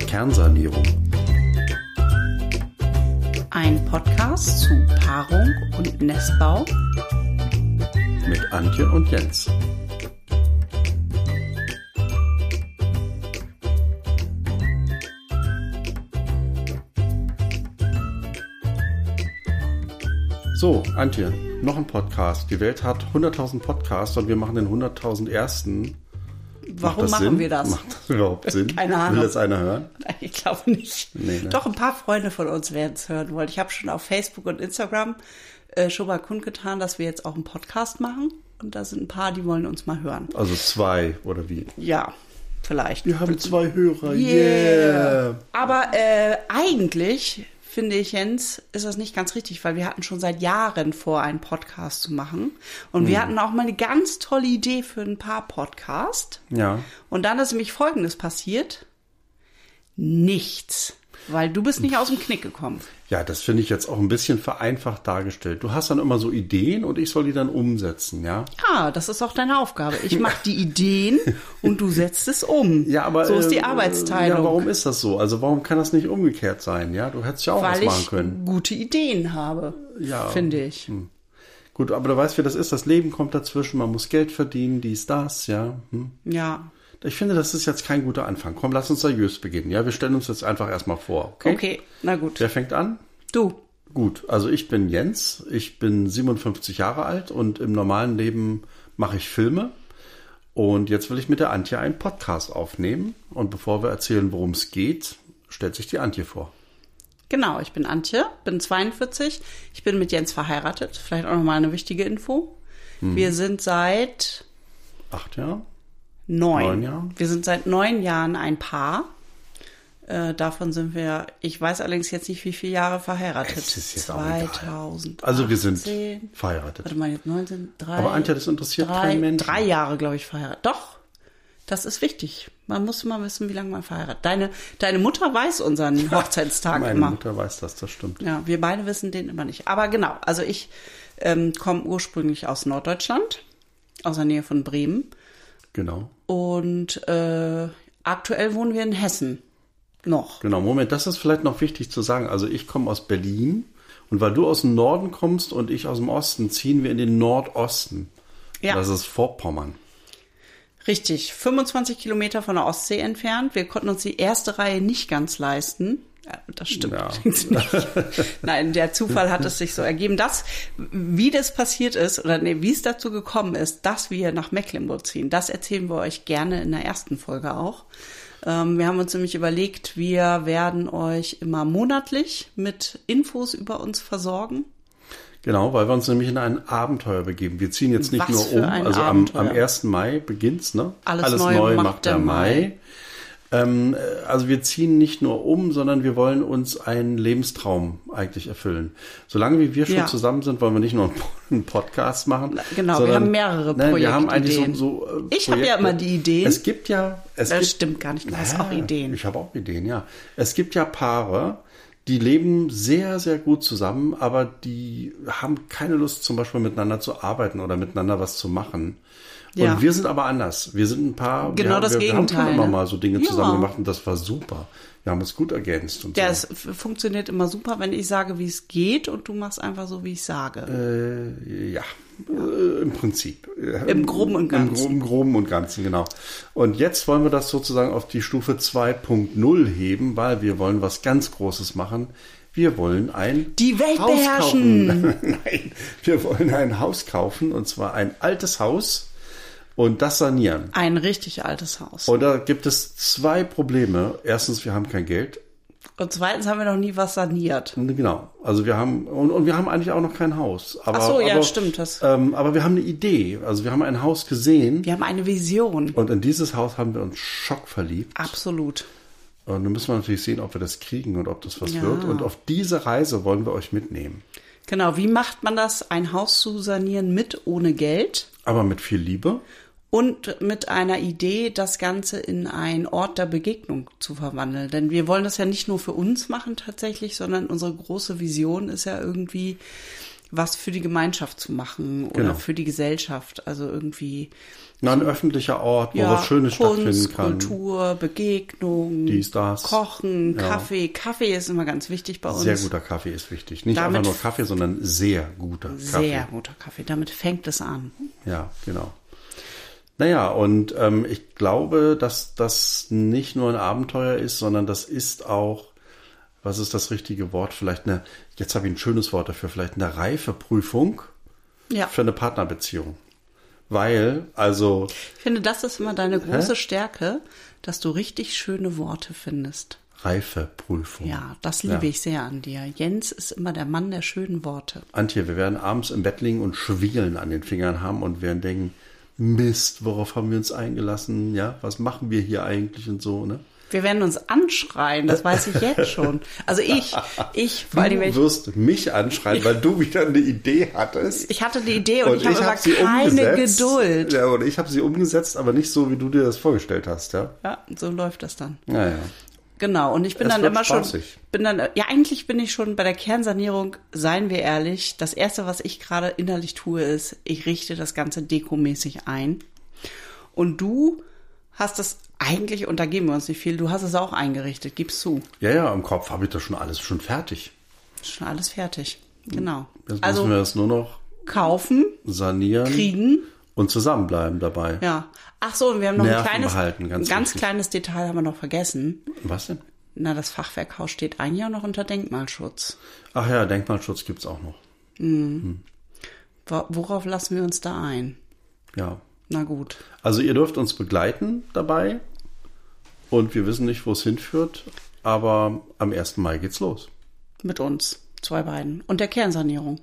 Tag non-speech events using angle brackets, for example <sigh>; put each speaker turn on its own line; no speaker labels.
Kernsanierung.
Ein Podcast zu Paarung und Nestbau
Mit Antje und Jens. So, Antje, noch ein Podcast. Die Welt hat 100.000 Podcasts und wir machen den 100.000 ersten. Macht
Warum
das
machen
Sinn?
wir das?
Macht das überhaupt Sinn?
Keine Ahnung.
Will das einer hören?
<laughs> Ich glaube nicht.
Nee, ne?
Doch ein paar Freunde von uns werden es hören wollen. Ich habe schon auf Facebook und Instagram äh, schon mal kundgetan, dass wir jetzt auch einen Podcast machen. Und da sind ein paar, die wollen uns mal hören.
Also zwei oder wie?
Ja, vielleicht.
Wir haben zwei Hörer.
Yeah.
Yeah.
Aber äh, eigentlich finde ich, Jens, ist das nicht ganz richtig, weil wir hatten schon seit Jahren vor, einen Podcast zu machen. Und
Hm.
wir hatten auch mal eine ganz tolle Idee für ein paar Podcast.
Ja.
Und dann ist nämlich Folgendes passiert. Nichts. Weil du bist nicht aus dem Knick gekommen.
Ja, das finde ich jetzt auch ein bisschen vereinfacht dargestellt. Du hast dann immer so Ideen und ich soll die dann umsetzen, ja?
Ah, das ist auch deine Aufgabe. Ich mache die Ideen und du setzt es um.
Ja, aber
so ist die
äh,
Arbeitsteilung.
Ja, warum ist das so? Also warum kann das nicht umgekehrt sein? Ja, du hättest ja auch was
Weil
machen
ich
können.
gute Ideen habe,
Ja. Hm.
finde ich.
Gut, aber du weißt, wie das ist. Das Leben kommt dazwischen. Man muss Geld verdienen, dies, das, ja. Hm.
Ja.
Ich finde, das ist jetzt kein guter Anfang. Komm, lass uns seriös beginnen. Ja, wir stellen uns jetzt einfach erstmal vor. Okay.
Okay, na gut.
Wer fängt an?
Du.
Gut, also ich bin Jens, ich bin 57 Jahre alt und im normalen Leben mache ich Filme. Und jetzt will ich mit der Antje einen Podcast aufnehmen. Und bevor wir erzählen, worum es geht, stellt sich die Antje vor.
Genau, ich bin Antje, bin 42. Ich bin mit Jens verheiratet. Vielleicht auch nochmal eine wichtige Info.
Hm.
Wir sind seit
Acht Jahre?
neun.
Neun Jahren?
Wir sind seit neun Jahren ein Paar. Äh, davon sind wir, ich weiß allerdings jetzt nicht, wie viele Jahre verheiratet.
Es ist jetzt auch egal.
2000.
Also wir sind
Warte
verheiratet.
mal, jetzt 19, drei.
Aber Antje, das interessiert
drei,
keinen Menschen.
Drei Jahre, glaube ich, verheiratet. Doch, das ist wichtig. Man muss mal wissen, wie lange man verheiratet. Deine, deine Mutter weiß unseren Hochzeitstag
Meine
immer.
Mutter weiß das, das stimmt.
Ja, wir beide wissen den immer nicht. Aber genau, also ich ähm, komme ursprünglich aus Norddeutschland, aus der Nähe von Bremen.
Genau.
Und äh, aktuell wohnen wir in Hessen. Noch.
Genau, Moment, das ist vielleicht noch wichtig zu sagen. Also ich komme aus Berlin und weil du aus dem Norden kommst und ich aus dem Osten, ziehen wir in den Nordosten.
Ja.
Das ist Vorpommern.
Richtig, 25 Kilometer von der Ostsee entfernt. Wir konnten uns die erste Reihe nicht ganz leisten. Ja, Das stimmt
Ja.
allerdings nicht. Nein, der Zufall hat es sich so ergeben, dass, wie das passiert ist oder nee, wie es dazu gekommen ist, dass wir nach Mecklenburg ziehen, das erzählen wir euch gerne in der ersten Folge auch. Ähm, wir haben uns nämlich überlegt, wir werden euch immer monatlich mit Infos über uns versorgen.
Genau, weil wir uns nämlich in ein Abenteuer begeben. Wir ziehen jetzt nicht
Was
nur
für
um,
ein
also am, am
Abenteuer.
1. Mai beginnt's, ne?
Alles neu macht der
Ähm, äh, also wir ziehen nicht nur um, sondern wir wollen uns einen Lebenstraum eigentlich erfüllen. Solange wie wir schon
Ja.
zusammen sind, wollen wir nicht nur <laughs> einen, einen Podcast machen.
genau, wir haben mehrere
nein, Wir haben eigentlich so,
Projektideen.
so äh,
Ich hab ja
Projekte.
immer die Ideen.
Es gibt ja, es
Das
gibt
stimmt gar nicht, du hast auch
ja,
Ideen.
Ich habe auch Ideen, ja. Es gibt ja Paare, die leben sehr, sehr gut zusammen, aber die haben keine Lust, zum Beispiel miteinander zu arbeiten oder miteinander was zu machen.
Ja.
Und wir sind aber anders. Wir sind ein paar.
Genau
wir,
das
wir, Wir
Gegenteil,
haben schon immer
ne?
mal so Dinge
Ja.
zusammen gemacht und das war super. Wir haben uns gut ergänzt und
Ja,
so.
es f- funktioniert immer super, wenn ich sage, wie es geht und du machst einfach so, wie ich sage.
Äh, ja, äh, im Prinzip. Äh,
Im Groben und
Im,
Ganzen.
Gro Im Groben und Ganzen, genau. Und jetzt wollen wir das sozusagen auf die Stufe 2.0 heben, weil wir wollen was ganz Großes machen. Wir wollen ein
Die Welt
Haus
beherrschen.
Kaufen. <laughs> Nein, wir wollen ein Haus kaufen und zwar ein altes Haus und das sanieren.
Ein richtig altes Haus. Und,
Und da gibt es zwei Probleme. Erstens, wir haben kein Geld.
zweitens haben wir noch nie was saniert.
Genau. Also wir haben und, und wir haben eigentlich auch noch kein Haus. Aber,
Ach so, ja,
aber,
stimmt, das-
Ähm, aber wir haben eine Idee. Also wir haben ein Haus gesehen
Wir haben eine Vision.
und in dieses Haus haben wir uns schockverliebt.
Absolut.
Und dann müssen wir natürlich sehen, ob wir das kriegen und ob das was
Ja.
wird. Und auf diese Reise wollen wir euch mitnehmen.
Genau, wie macht man das, ein Haus zu sanieren mit ohne Geld
Aber mit viel Liebe.
und mit einer Idee, das Ganze in einen Ort der Begegnung zu verwandeln? Denn wir wollen das ja nicht nur für uns machen tatsächlich, sondern unsere große Vision ist ja irgendwie was für die Gemeinschaft zu machen oder
Genau.
für die Gesellschaft. Also irgendwie
Na, ein öffentlicher Ort, wo was Schönes
Kunst,
stattfinden kann.
Kultur, Begegnung,
Dies, das.
Kochen,
Ja.
Kaffee. Kaffee ist immer ganz wichtig bei uns.
Sehr guter Kaffee ist wichtig. Nicht
Damit-
einfach nur Kaffee, sondern sehr guter Kaffee.
Sehr guter Kaffee. Damit fängt es an.
Ja, genau. Naja, und ähm, ich glaube, dass das nicht nur ein Abenteuer ist, sondern das ist auch, was ist das richtige Wort? Vielleicht eine, jetzt habe ich ein schönes Wort dafür, vielleicht eine reife Prüfung
Ja.
für eine Partnerbeziehung. Weil, also,
Ich finde, das ist immer deine große Stärke, dass du richtig schöne Worte findest.
reife Prüfung.
Ja, das liebe
Ja.
ich sehr an dir. Jens ist immer der Mann der schönen Worte.
Antje, wir werden abends im Bett liegen und Schwielen an den Fingern haben und werden denken, Mist, worauf haben wir uns eingelassen? Ja, was machen wir hier eigentlich und so, ne?
Wir werden uns anschreien, das weiß ich
<laughs>
jetzt schon. Also ich, ich, vor allem, wenn
Du
ich,
wirst mich anschreien, weil du wieder eine Idee hattest.
ich hatte die Idee und, ich habe aber keine
umgesetzt.
Geduld.
Ja, und ich habe sie umgesetzt, aber nicht so, wie du dir das vorgestellt hast, ja.
Ja, so läuft das dann.
Naja.
Genau, und ich bin
Es
dann
wird
immer
spaßig.
schon, bin dann, ja, eigentlich bin ich schon bei der Kernsanierung, seien wir ehrlich, das erste, was ich gerade innerlich tue, ist, ich richte das Ganze dekomäßig ein. Und du hast das eigentlich, und da geben wir uns nicht viel, du hast es auch eingerichtet, gibst zu.
Ja, ja, im Kopf habe ich das schon alles schon fertig.
Ist schon alles fertig. Genau.
Jetzt müssen wir
Also
Mhm. das nur noch
kaufen,
sanieren
kriegen,
und zusammenbleiben dabei.
ja. Ach so, und wir haben noch ein
Nerven
kleines,
behalten, ganz
ein ganz
wichtig.
kleines Detail haben wir noch vergessen.
Was denn?
Na, das Fachwerkhaus steht ein Jahr noch unter Denkmalschutz.
Ach ja, Denkmalschutz gibt's auch noch.
Wo- Worauf lassen wir uns da ein?
Ja.
Na gut.
Also ihr dürft uns begleiten dabei und wir wissen nicht, wo es hinführt, aber am 1. Mai geht's los.
Mit uns. Zwei beiden. Und der Kernsanierung.